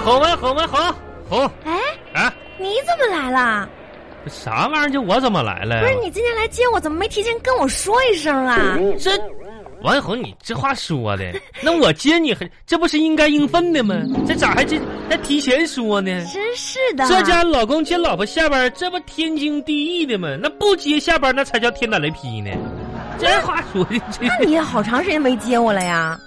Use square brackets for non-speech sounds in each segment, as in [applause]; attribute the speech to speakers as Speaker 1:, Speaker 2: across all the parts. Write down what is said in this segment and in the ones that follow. Speaker 1: 吼没吼吼
Speaker 2: 哎，
Speaker 1: 啊！
Speaker 2: 你怎么来了？
Speaker 1: 啥玩意儿？就我怎么来哎了呀？
Speaker 2: 不是你今天来接我，怎么没提前跟我说一声啊？
Speaker 1: 这王一红，你这话说的，那我接你还这不是应该应分的吗？这咋还这还提前说呢？
Speaker 2: 真是啊的，
Speaker 1: 这家老公接老婆下班，这不天经地义的吗？那不接下班，那才叫天打雷劈呢。这话说的，这
Speaker 2: 那你也好长时间没接我了呀？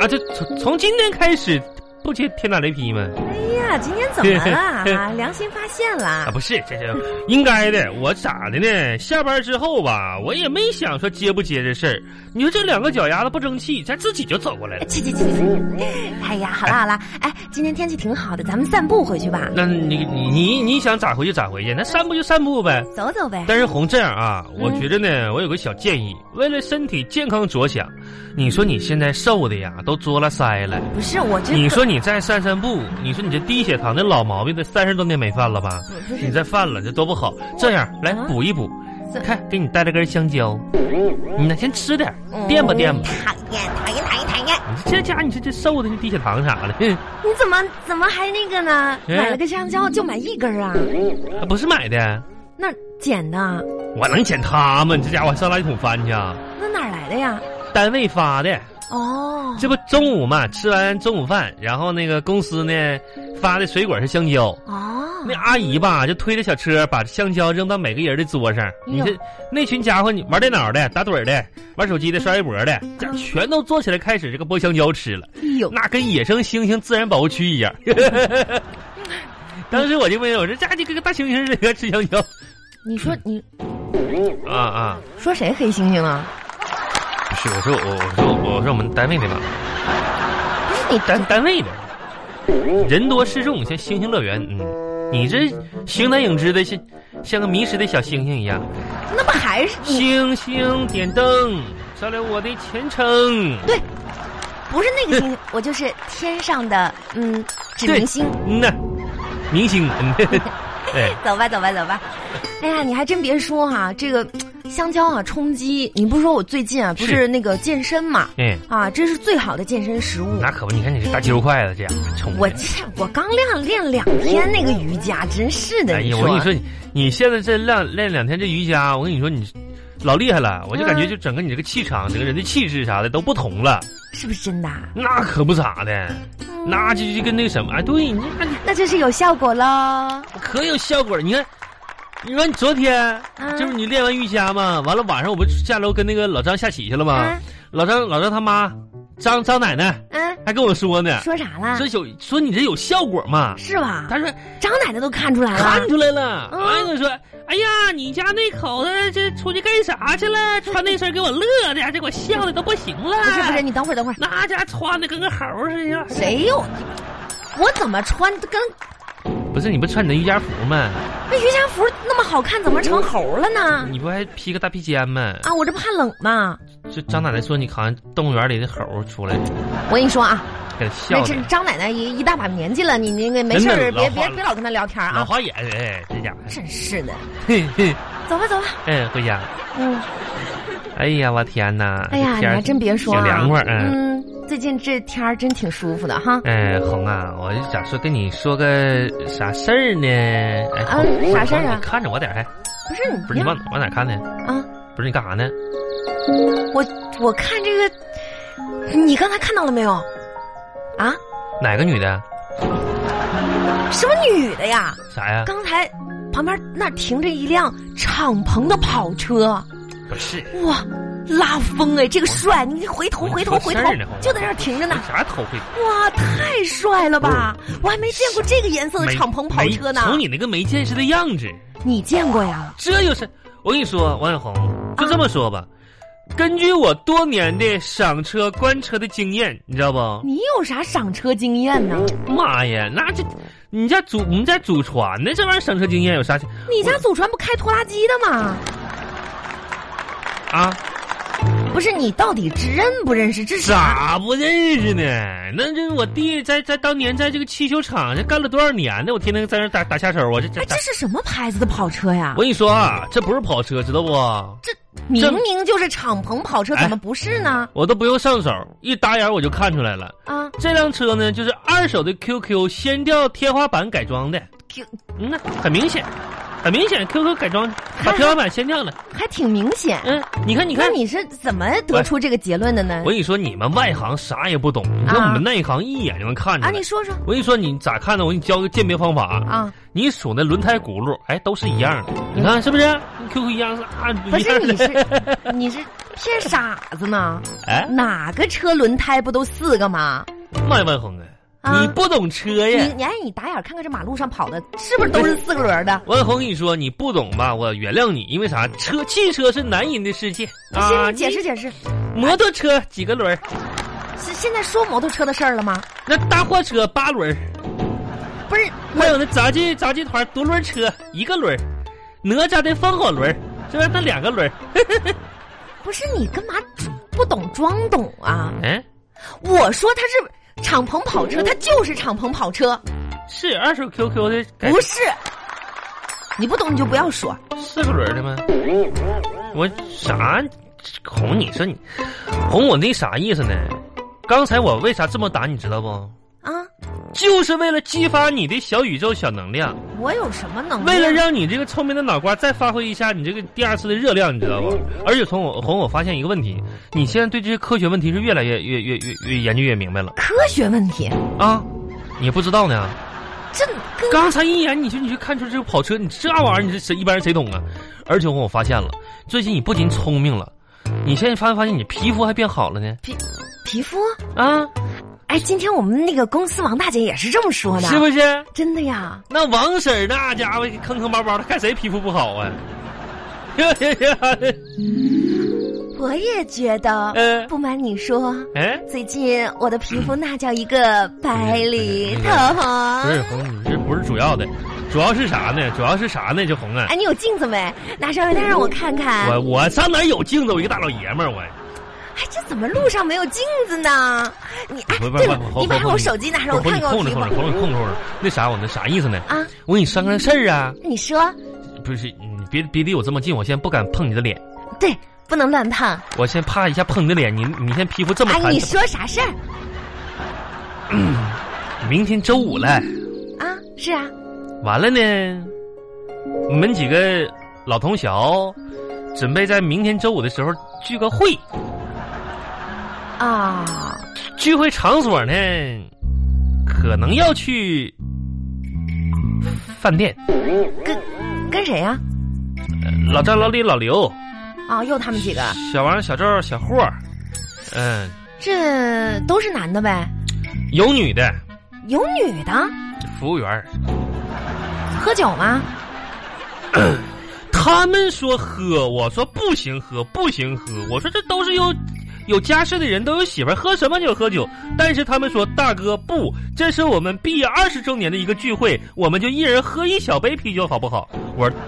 Speaker 1: 啊，这从从今天开始不接天打雷劈吗？
Speaker 2: 哎呀，今天怎么了啊？良心发现了
Speaker 1: 啊，。不是，这这应该的。我咋的呢？下班之后吧，我也没想说接不接这事儿。你说这两个脚丫子不争气，咱自己就走过来了。
Speaker 2: 去去去去！哎呀，好啦好啦，哎，今天天气挺好的，咱们散步回去吧，
Speaker 1: 那你你你想咋回去咋回去，那散步就散步呗。
Speaker 2: 走走呗。
Speaker 1: 但是红这样啊，我
Speaker 2: 嗯
Speaker 1: 觉得呢，我有个小建议，为了身体健康着想，你说你现在瘦的呀，都作了腮了。
Speaker 2: 不是我这，
Speaker 1: 你说你再散散步，你说你这低血糖的老毛病，这三十多年没犯了吧？
Speaker 2: 不是
Speaker 1: 你再犯了，这多不好。这样来
Speaker 2: 啊
Speaker 1: 补一补
Speaker 2: 这，
Speaker 1: 看给你带了根香蕉，你呢先吃点儿，
Speaker 2: 哦
Speaker 1: 垫吧垫吧。
Speaker 2: 讨厌讨嗯厌讨厌讨厌！
Speaker 1: 你这家伙你这这瘦的，这低血糖啥的，哼
Speaker 2: 你怎么怎么还那个呢？
Speaker 1: 嗯
Speaker 2: 买了个香蕉就买一根儿啊？
Speaker 1: 还不是买的，
Speaker 2: 那捡的，
Speaker 1: 我能捡它吗？你这家伙上垃圾桶翻去啊？
Speaker 2: 那哪儿来的呀？
Speaker 1: 单位发的。
Speaker 2: 哦，
Speaker 1: 这不中午嘛，吃完中午饭，然后那个公司呢发的水果是香蕉。
Speaker 2: 哦
Speaker 1: 那，阿姨吧，就推着小车把香蕉扔到每个人的桌上。你这那群家伙，你玩电脑的、打盹儿的、玩手机的、刷微博的，这全都坐起来开始这个剥香蕉吃了，
Speaker 2: 哎呦，
Speaker 1: 那跟野生猩猩自然保护区一样。 [laughs] 当时我就问我说：“这就跟个大猩猩似的吃香蕉
Speaker 2: 你说你
Speaker 1: 啊啊
Speaker 2: 说谁黑猩猩啊？！”
Speaker 1: 不是，我说我我说我我说我们单位的吧，
Speaker 2: 不是你
Speaker 1: 单单位的，人多势众，像猩猩乐园。嗯，你这形单影只的，像像个迷失的小猩猩一样。
Speaker 2: 那不还是你
Speaker 1: 星星点灯，照亮我的前程。
Speaker 2: 对，不是那个猩猩， [laughs] 我就是天上的嗯指明星。
Speaker 1: 嗯呐，明星。
Speaker 2: [laughs]
Speaker 1: 嗯哎，
Speaker 2: 走吧，走吧，走吧。哎呀，你还真别说哈、这个香蕉啊，充饥。你不是说我最近啊，不
Speaker 1: 是
Speaker 2: 是那个健身嘛？
Speaker 1: 哎，
Speaker 2: 啊，这是最好的健身食物
Speaker 1: 那。可不，你看你这大肌肉块子，这样冲
Speaker 2: 我
Speaker 1: 的。
Speaker 2: 这我刚练练两天那个瑜伽，真是的。
Speaker 1: 哎
Speaker 2: 你
Speaker 1: 呀，
Speaker 2: 说，啊
Speaker 1: 我跟你说，你你现在这练练两天这瑜伽，我跟你说你老厉害了，我就感觉
Speaker 2: 嗯
Speaker 1: 就整个你这个气场，整个人的气质啥的都不同了。
Speaker 2: 是不是真的啊？嗯
Speaker 1: 那可不咋的，那就就跟那个什么，哎，对你看你
Speaker 2: 那就是有效果喽。
Speaker 1: 可有效果了。你看，你说你昨天、
Speaker 2: 嗯
Speaker 1: 就是你练完瑜伽嘛，完了晚上我不是下楼跟那个老张下棋去了吗？
Speaker 2: 啊，
Speaker 1: 老张老张他妈张张奶奶
Speaker 2: 嗯，
Speaker 1: 还跟我说呢，
Speaker 2: 说啥了
Speaker 1: 说？有说你这有效果嘛？
Speaker 2: 是吧？
Speaker 1: 他说
Speaker 2: 张奶奶都看出来
Speaker 1: 看
Speaker 2: 了。
Speaker 1: 出来了，
Speaker 2: 啊嗯
Speaker 1: 哎，我说，哎呀，你家那口子这出去干啥去了？穿那身给我乐的，这给我笑的都不行了。
Speaker 2: 不是不是，，你等会儿等会儿，
Speaker 1: 那家穿的跟个猴似的。
Speaker 2: 谁有？我怎么穿跟
Speaker 1: 不是你不穿你的瑜伽服吗？
Speaker 2: 那瑜伽服那么好看，怎么成猴了呢？
Speaker 1: 你不还披个大披肩吗？
Speaker 2: 啊，我这不怕冷吗？
Speaker 1: 就张奶奶说你好像动物园里的猴出来，
Speaker 2: 我跟你说啊，
Speaker 1: 给他
Speaker 2: 那
Speaker 1: 笑
Speaker 2: 这
Speaker 1: 的。
Speaker 2: 张奶奶一一大把年纪了，你那个没事
Speaker 1: 真的
Speaker 2: 儿
Speaker 1: 老
Speaker 2: 别
Speaker 1: 花
Speaker 2: 别别老跟她聊天
Speaker 1: 老
Speaker 2: 啊，
Speaker 1: 花眼，哎，这家伙， [laughs]
Speaker 2: 真是的。
Speaker 1: 嘿嘿，
Speaker 2: 走吧走吧，
Speaker 1: 嗯，回家。
Speaker 2: 嗯，
Speaker 1: 哎呀，我天哪！
Speaker 2: 哎呀，
Speaker 1: 这
Speaker 2: 你
Speaker 1: 天儿
Speaker 2: 还真别说
Speaker 1: 挺
Speaker 2: 啊，
Speaker 1: 凉快，嗯。
Speaker 2: 嗯，最近这天儿真挺舒服的 [laughs] 哈。
Speaker 1: 哎，红啊，我就想说跟你说个啥事儿呢？哎，
Speaker 2: 啊
Speaker 1: 红
Speaker 2: 啥事儿啊
Speaker 1: 红你看着我点儿，还
Speaker 2: 不是你，
Speaker 1: 不是你往往哪看呢？
Speaker 2: 啊，
Speaker 1: 不是你干啥呢？
Speaker 2: 我我看这个，你刚才看到了没有？啊，
Speaker 1: 哪个女的？
Speaker 2: 什么女的呀？
Speaker 1: 啥呀？
Speaker 2: 刚才旁边那停着一辆敞篷的跑车。
Speaker 1: 不是，
Speaker 2: 哇，拉风哎，这个帅！你回头回头回头
Speaker 1: 我哦说事儿呢哦红，
Speaker 2: 就在那儿停着呢
Speaker 1: 我。啥头盔？
Speaker 2: 哇，太帅了吧！我还没见过这个颜色的
Speaker 1: 哦没
Speaker 2: 敞篷跑车呢
Speaker 1: 没。瞅你那个没见识的样子，
Speaker 2: 你见过呀？
Speaker 1: 这又是我跟你说，王小红，就这么说吧。根据我多年的赏车、观车的经验，你知道不？
Speaker 2: 你有啥赏车经验
Speaker 1: 哦
Speaker 2: 呢？
Speaker 1: 妈呀，那这你家祖你家祖传的这玩意儿赏车经验有啥去
Speaker 2: 你家祖传不开拖拉机的吗？
Speaker 1: 啊？
Speaker 2: 不是，你到底知认不认识？这是啥？
Speaker 1: 咋不认识呢？那这我弟在在当年在这个汽修厂这干了多少年呢？我天天在那打打下手啊！这这
Speaker 2: 哎，
Speaker 1: 打
Speaker 2: 这，是什么牌子的跑车呀
Speaker 1: 我？跟你说啊，这不是跑车，知道不？
Speaker 2: 这明
Speaker 1: 这
Speaker 2: 明就是敞篷跑车，
Speaker 1: 哎
Speaker 2: 怎么不是呢？
Speaker 1: 我都不用上手，一打眼我就看出来了。
Speaker 2: 啊
Speaker 1: 这辆车呢，就是二手的 QQ 掀掉天花板改装的，
Speaker 2: ，Q
Speaker 1: 嗯，那很明显，很明显，QQ 改装把天花板掀掉了。
Speaker 2: 还挺明显。
Speaker 1: 嗯，你看，你
Speaker 2: 那
Speaker 1: 看，
Speaker 2: 你是怎么得出这个结论的呢
Speaker 1: 我？跟你说，你们外行啥也不懂，你说
Speaker 2: 啊
Speaker 1: 我们内行一眼就能看出
Speaker 2: 啊，
Speaker 1: 来。
Speaker 2: 你说说
Speaker 1: 我跟你说，你咋看呢？我给你教个鉴别方法
Speaker 2: 啊，
Speaker 1: 你数那轮胎轱辘，哎，都是一样的，你看是不是跟？QQ 一样是啊，
Speaker 2: 嗯不
Speaker 1: 一样
Speaker 2: 是你
Speaker 1: 的。 [laughs]
Speaker 2: 是你是骗傻子呢？
Speaker 1: 哎，
Speaker 2: 哪个车轮胎不都四个吗？
Speaker 1: 麦万红啊，
Speaker 2: 啊
Speaker 1: 你不懂车
Speaker 2: 你
Speaker 1: 呀？
Speaker 2: 你哎，你打眼看看这马路上跑的，是不是都是四个轮儿的？
Speaker 1: 万红，跟你说你不懂吧？我原谅你，因为啥？车汽车是男人的世界啊！
Speaker 2: 先解释解释，
Speaker 1: 你，摩托车几个轮儿？
Speaker 2: 是现在说摩托车的事儿了吗？
Speaker 1: 那大货车八轮儿，
Speaker 2: 不是，
Speaker 1: 还有那杂技杂技团独轮车一个轮儿，哪吒的风火轮儿是不是？那两个轮儿，
Speaker 2: 不是你干嘛不懂装懂啊？
Speaker 1: 嗯，
Speaker 2: 我说它是敞篷跑车，它就是敞篷跑车，
Speaker 1: 是二手 QQ 的改
Speaker 2: 不是。你不懂你就不要说，
Speaker 1: 四个轮儿的吗？我啥哄你说你哄我那啥意思呢？刚才我为啥这么打你知道不？
Speaker 2: 啊，
Speaker 1: 就是为了激发你的小宇宙小能量。
Speaker 2: 我有什么能力？
Speaker 1: 为了让你这个聪明的脑瓜再发挥一下你这个第二次的热量，你知道吧？而且从我从我发现一个问题，你现在对这些科学问题是越来越越越越越研究越明白了
Speaker 2: 科学问题，
Speaker 1: 啊！你不知道呢？
Speaker 2: 这跟
Speaker 1: 刚才一眼你就你就看出这个跑车，你这玩意儿你这谁一般人谁懂啊？而且我发现了，最近你不仅聪明了，你现在发现发现你皮肤还变好了呢
Speaker 2: 皮肤，
Speaker 1: 啊？
Speaker 2: 哎，今天我们那个公司王大姐也是这么说的，
Speaker 1: 是不是？
Speaker 2: 真的呀？
Speaker 1: 那王婶儿那家伙坑坑巴巴的，看谁皮肤不好啊？
Speaker 2: 我也觉得，
Speaker 1: 嗯
Speaker 2: 不瞒你说，
Speaker 1: 哎。
Speaker 2: 最近我的皮肤那叫一个白里透
Speaker 1: 不是
Speaker 2: 红。
Speaker 1: 红，你这不是主要的，主要是啥呢？主要是啥呢？这红啊，
Speaker 2: 哎，你有镜子没？拿上来，再让我看看。
Speaker 1: 我我上哪儿有镜子？我一个大老爷们儿，我
Speaker 2: 哎，这怎么路上没有镜子呢？你哎，
Speaker 1: 不是不
Speaker 2: 对
Speaker 1: 是
Speaker 2: 了
Speaker 1: 不是，
Speaker 2: 你把
Speaker 1: 红
Speaker 2: 我手机拿上，我
Speaker 1: 红你
Speaker 2: 看看我
Speaker 1: 控制
Speaker 2: 皮
Speaker 1: 控制，
Speaker 2: 肤
Speaker 1: 红你控制控制。那啥，我那啥意思呢？
Speaker 2: 啊。
Speaker 1: 我给你商量事儿啊，
Speaker 2: 你说，
Speaker 1: 不是你别别离我这么近，我现在不敢碰你的脸，
Speaker 2: 对，不能乱碰。
Speaker 1: 我先啪一下碰你的脸，你你现在皮肤这么
Speaker 2: 哎，
Speaker 1: 弹
Speaker 2: 你，说啥事儿
Speaker 1: 明天周五了，
Speaker 2: 啊？是啊，
Speaker 1: 完了呢，你们几个老同学准备在明天周五的时候聚个会，
Speaker 2: 啊，
Speaker 1: 聚会场所呢，可能要去饭店。
Speaker 2: 跟跟谁呀、
Speaker 1: 老张、老李、老刘、
Speaker 2: 啊？又他们几个，
Speaker 1: 小王、小赵、小霍，嗯、
Speaker 2: 这都是男的呗？
Speaker 1: 有女的，
Speaker 2: 有女的？
Speaker 1: 服务员。
Speaker 2: 喝酒吗？
Speaker 1: 他们说喝，我说不行喝，不行喝。我说这都是有有家室的人，都有媳妇儿，喝什么酒喝酒。但是他们说大哥不，这是我们毕业二十周年的一个聚会，我们就一人喝一小杯啤酒，好不好？我说，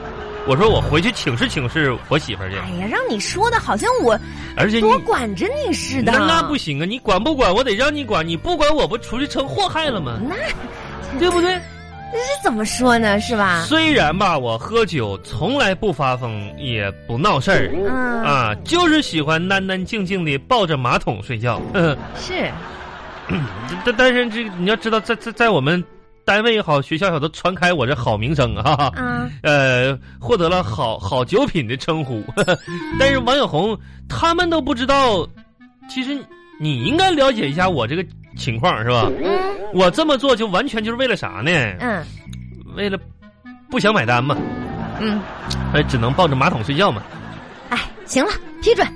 Speaker 1: 我说我回去请示请示我媳妇儿去。
Speaker 2: 哎呀，让你说的好像我
Speaker 1: 而且你
Speaker 2: 多管着你似的。
Speaker 1: 那那不行啊！你管不管，我得让你管，你不管我不出去成祸害了吗？
Speaker 2: 那
Speaker 1: 对不对？
Speaker 2: 这怎么说呢？是吧？
Speaker 1: 虽然吧，我喝酒从来不发疯，也不闹事儿
Speaker 2: 嗯，
Speaker 1: 啊，就是喜欢安安静静的抱着马桶睡觉。 [laughs] 嗯，
Speaker 2: 是
Speaker 1: 但但是这个你要知道，在在在我们单位也好，学校也好，都传开我这好名声 [laughs] 啊。哈哈
Speaker 2: 啊，
Speaker 1: 呃，获得了好好酒品的称呼。 [laughs] 但是王小红他们都不知道，其实你应该了解一下我这个情况是吧？
Speaker 2: 嗯
Speaker 1: 我这么做就完全就是为了啥呢？
Speaker 2: 嗯
Speaker 1: 为了不想买单嘛，
Speaker 2: 嗯，
Speaker 1: 哎，只能抱着马桶睡觉嘛。
Speaker 2: 哎，行了，批准。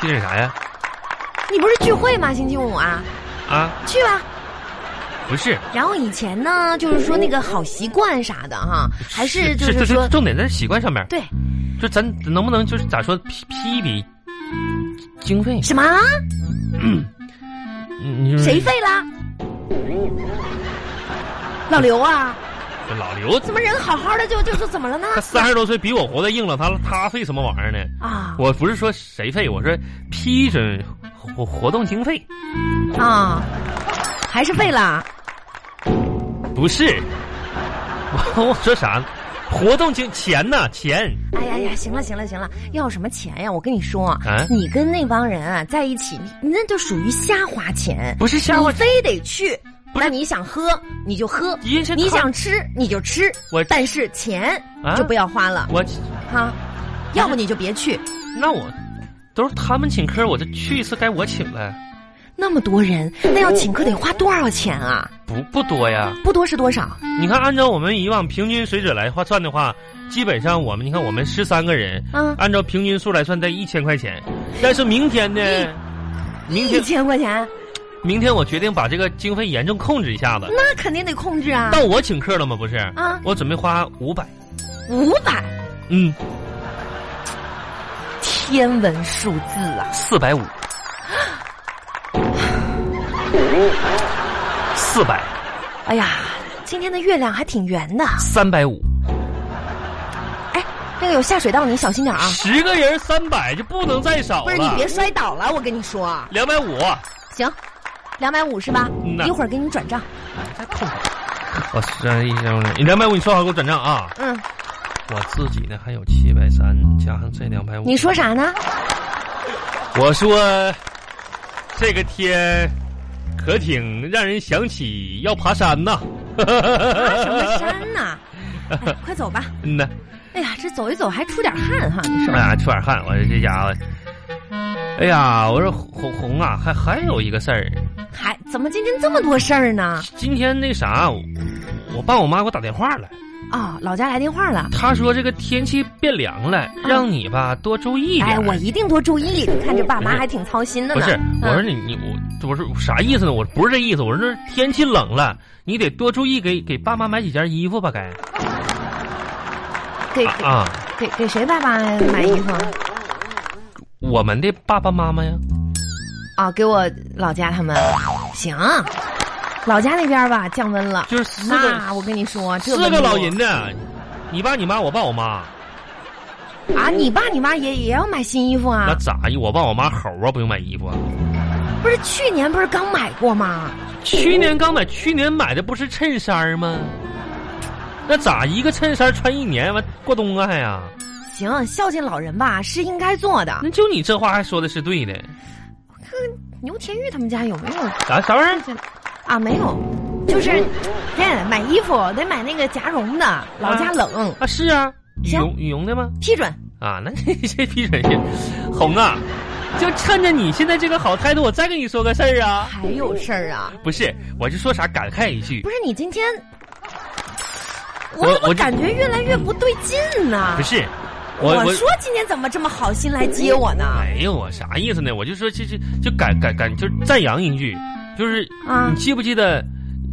Speaker 1: 批准啥呀？
Speaker 2: 你不是聚会吗？星期五啊，
Speaker 1: 啊，
Speaker 2: 去吧。
Speaker 1: 不是，
Speaker 2: 然后以前呢，就是说那个好习惯啥的哈，还是就
Speaker 1: 这这
Speaker 2: 是说，
Speaker 1: 重点在习惯上面，
Speaker 2: 对
Speaker 1: 就咱能不能就是咋说批批一笔经费？
Speaker 2: 什么
Speaker 1: 嗯你说
Speaker 2: 谁？废了？老刘啊，
Speaker 1: 老刘
Speaker 2: 怎么人好好的就就就怎么
Speaker 1: [laughs]
Speaker 2: 了呢？
Speaker 1: 他三十多岁比我活得硬朗，他他费什么玩意儿呢？
Speaker 2: 啊
Speaker 1: 我不是说谁费，我说批准活活动经费，
Speaker 2: 啊，还是废了。
Speaker 1: [laughs] 不是。我我说啥呢？活动就钱呐、钱，
Speaker 2: 哎呀呀，行了行了行了，要什么钱呀？我跟你说，
Speaker 1: 啊
Speaker 2: 你跟那帮人啊在一起，你那就属于瞎花钱，
Speaker 1: 不是瞎花
Speaker 2: 你非得去。
Speaker 1: 不是
Speaker 2: 那你想喝你就喝，
Speaker 1: 一是
Speaker 2: 你
Speaker 1: 靠
Speaker 2: 想吃你就吃，
Speaker 1: 我
Speaker 2: 但是钱
Speaker 1: 啊
Speaker 2: 就不要花了，
Speaker 1: 我
Speaker 2: 哈、要不你就别去。
Speaker 1: 那我都是他们请客，我就去一次该我请了，
Speaker 2: 那么多人，那要请客得花多少钱啊？
Speaker 1: 不不多呀。
Speaker 2: 不多是多少？
Speaker 1: 你看，按照我们以往平均水准来话算的话，基本上我们你看我们十三个人，
Speaker 2: 嗯
Speaker 1: 按照平均数来算在一千块钱，但是明天呢，明
Speaker 2: 一
Speaker 1: 天
Speaker 2: 千块钱，
Speaker 1: 明天我决定把这个经费严重控制一下子。
Speaker 2: 那肯定得控制啊。
Speaker 1: 到我请客了吗？不是
Speaker 2: 啊
Speaker 1: 我准备花五百。
Speaker 2: 五百，
Speaker 1: 嗯，
Speaker 2: 天文数字啊！
Speaker 1: 四百五，四百，
Speaker 2: 哎呀，今天的月亮还挺圆的。
Speaker 1: 三百五，
Speaker 2: 哎，那个有下水道，你小心点啊！
Speaker 1: 十个人三百就不能再少
Speaker 2: 不是你
Speaker 1: 了
Speaker 2: 别。摔倒了，我跟你说。
Speaker 1: 两百五，
Speaker 2: 行，两百五是吧
Speaker 1: 嗯？呐
Speaker 2: 一会儿给你转账。
Speaker 1: 我算一下，你两百五你算好给我转账啊！ [laughs]
Speaker 2: 嗯，
Speaker 1: 我自己呢还有七百三，加上这两百五。
Speaker 2: 你说？啥呢？
Speaker 1: 我说，这个天可挺让人想起要爬山呐。
Speaker 2: 啊，什
Speaker 1: [laughs]
Speaker 2: 么山呐？哎，快走吧！
Speaker 1: 嗯呐。
Speaker 2: 哎呀，这走一走还出点汗哈，你说
Speaker 1: 哎？呀，出点汗，我这家伙，哎呀，我说红红啊，还还有一个事儿，
Speaker 2: 还怎么今天这么多事儿呢？
Speaker 1: 今天那啥，我我爸我妈给我打电话了，
Speaker 2: 哦，老家来电话了。
Speaker 1: 他说这个天气变凉了，让你吧多注意点
Speaker 2: 哎，
Speaker 1: 儿。
Speaker 2: 我一定多注意。你看这爸
Speaker 1: 不
Speaker 2: 妈
Speaker 1: 是
Speaker 2: 还挺操心的
Speaker 1: 不
Speaker 2: 呢。
Speaker 1: 是，我说
Speaker 2: 嗯
Speaker 1: 你你我我说啥意思呢？我不是这意思，我说这天气冷了，你得多注意给给爸妈买几件衣服吧，该
Speaker 2: 嗯给
Speaker 1: 啊啊，
Speaker 2: 给给谁爸爸买衣服
Speaker 1: 我们的爸爸妈妈呀，
Speaker 2: 啊？给我老家他们。行，老家那边吧，降温了。
Speaker 1: 就是四个
Speaker 2: 那我跟你说，这
Speaker 1: 四
Speaker 2: 温度
Speaker 1: 个老人呢，你爸你妈我爸我妈。
Speaker 2: 啊，你爸你妈也也要买新衣服
Speaker 1: 那
Speaker 2: 啊？
Speaker 1: 咋？我爸我妈猴啊，不用买衣服啊。
Speaker 2: 不是去年不是刚买过吗？
Speaker 1: 去年刚买，去年买的不是衬衫儿吗？那咋一个衬衫穿一年，完过冬啊还呀、
Speaker 2: 行，孝敬老人吧是应该做的。
Speaker 1: 那就你这话还说的是对的，
Speaker 2: 牛田玉他们家有没有
Speaker 1: 啥啥玩意儿？
Speaker 2: 啊？没有，就是，对，买衣服得买那个夹绒的，老家冷，
Speaker 1: 啊是啊，羽
Speaker 2: 行
Speaker 1: 绒羽绒的吗？
Speaker 2: 批准。
Speaker 1: 啊，那这批准是 [laughs] 红啊，就趁着你现在这个好态度，我再跟你说个事儿啊。
Speaker 2: 还有事儿啊？
Speaker 1: 不是，我就说啥感慨一句
Speaker 2: 不，是你今天，
Speaker 1: 我
Speaker 2: 我怎
Speaker 1: 我
Speaker 2: 么感觉越来越不对劲呢、
Speaker 1: 不是，我
Speaker 2: 说今天怎么这么好心来接我呢？
Speaker 1: 没有啊，啥意思呢？我就说这这就感感感，就是赞扬一句，就是
Speaker 2: 啊
Speaker 1: 你记不记得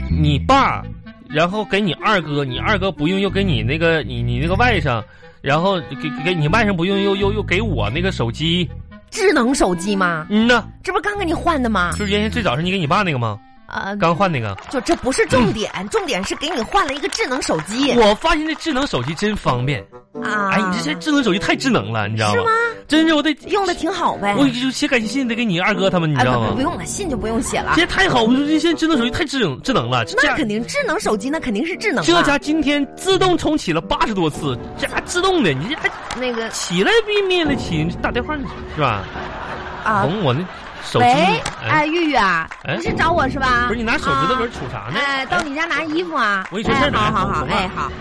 Speaker 1: 你爸，然后给你二哥，你二哥不用又给你那个你你那个外甥，然后给给给你外甥不用又又又给我那个手机，
Speaker 2: 智能手机吗？
Speaker 1: 嗯呐，
Speaker 2: 这不是刚给你换的吗？
Speaker 1: 就是原先最早是你给你爸那个吗？
Speaker 2: 呃，
Speaker 1: 刚换那个，
Speaker 2: 就这不是重
Speaker 1: [clears throat]
Speaker 2: 点，重点是给你换了一个智能手机
Speaker 1: 我发现这智能手机真方便，
Speaker 2: 啊。
Speaker 1: 哎，你这这智能手机太智能了，你知道
Speaker 2: 是
Speaker 1: 吗
Speaker 2: 吗？？
Speaker 1: 真是我得，
Speaker 2: 用的挺好呗。
Speaker 1: 我就写感谢信得给你二哥他们，你
Speaker 2: 哎，
Speaker 1: 知
Speaker 2: 不
Speaker 1: 道
Speaker 2: 不不
Speaker 1: 吗？
Speaker 2: 用了，信就不用写了
Speaker 1: 这。也太好，我说这现在智能手机太智能智能了，这
Speaker 2: 那
Speaker 1: 样
Speaker 2: 肯定，智能手机那肯定是智能啊。
Speaker 1: 这家今天自动重启了八十多次，这还自动的，你这还
Speaker 2: 那个
Speaker 1: 起来别灭了起，你打电话是吧？
Speaker 2: 啊，
Speaker 1: 红我那手机，
Speaker 2: 喂，
Speaker 1: 哎
Speaker 2: 哎，，玉玉啊，
Speaker 1: 哎
Speaker 2: 你是找我是吧？
Speaker 1: 不是你拿手指头
Speaker 2: 啊
Speaker 1: 搁这杵啥呢？
Speaker 2: 哎，到你家拿衣服啊！
Speaker 1: 我跟你说事儿呢
Speaker 2: 哎好好
Speaker 1: 哎
Speaker 2: 好
Speaker 1: 走，吧
Speaker 2: 哎好，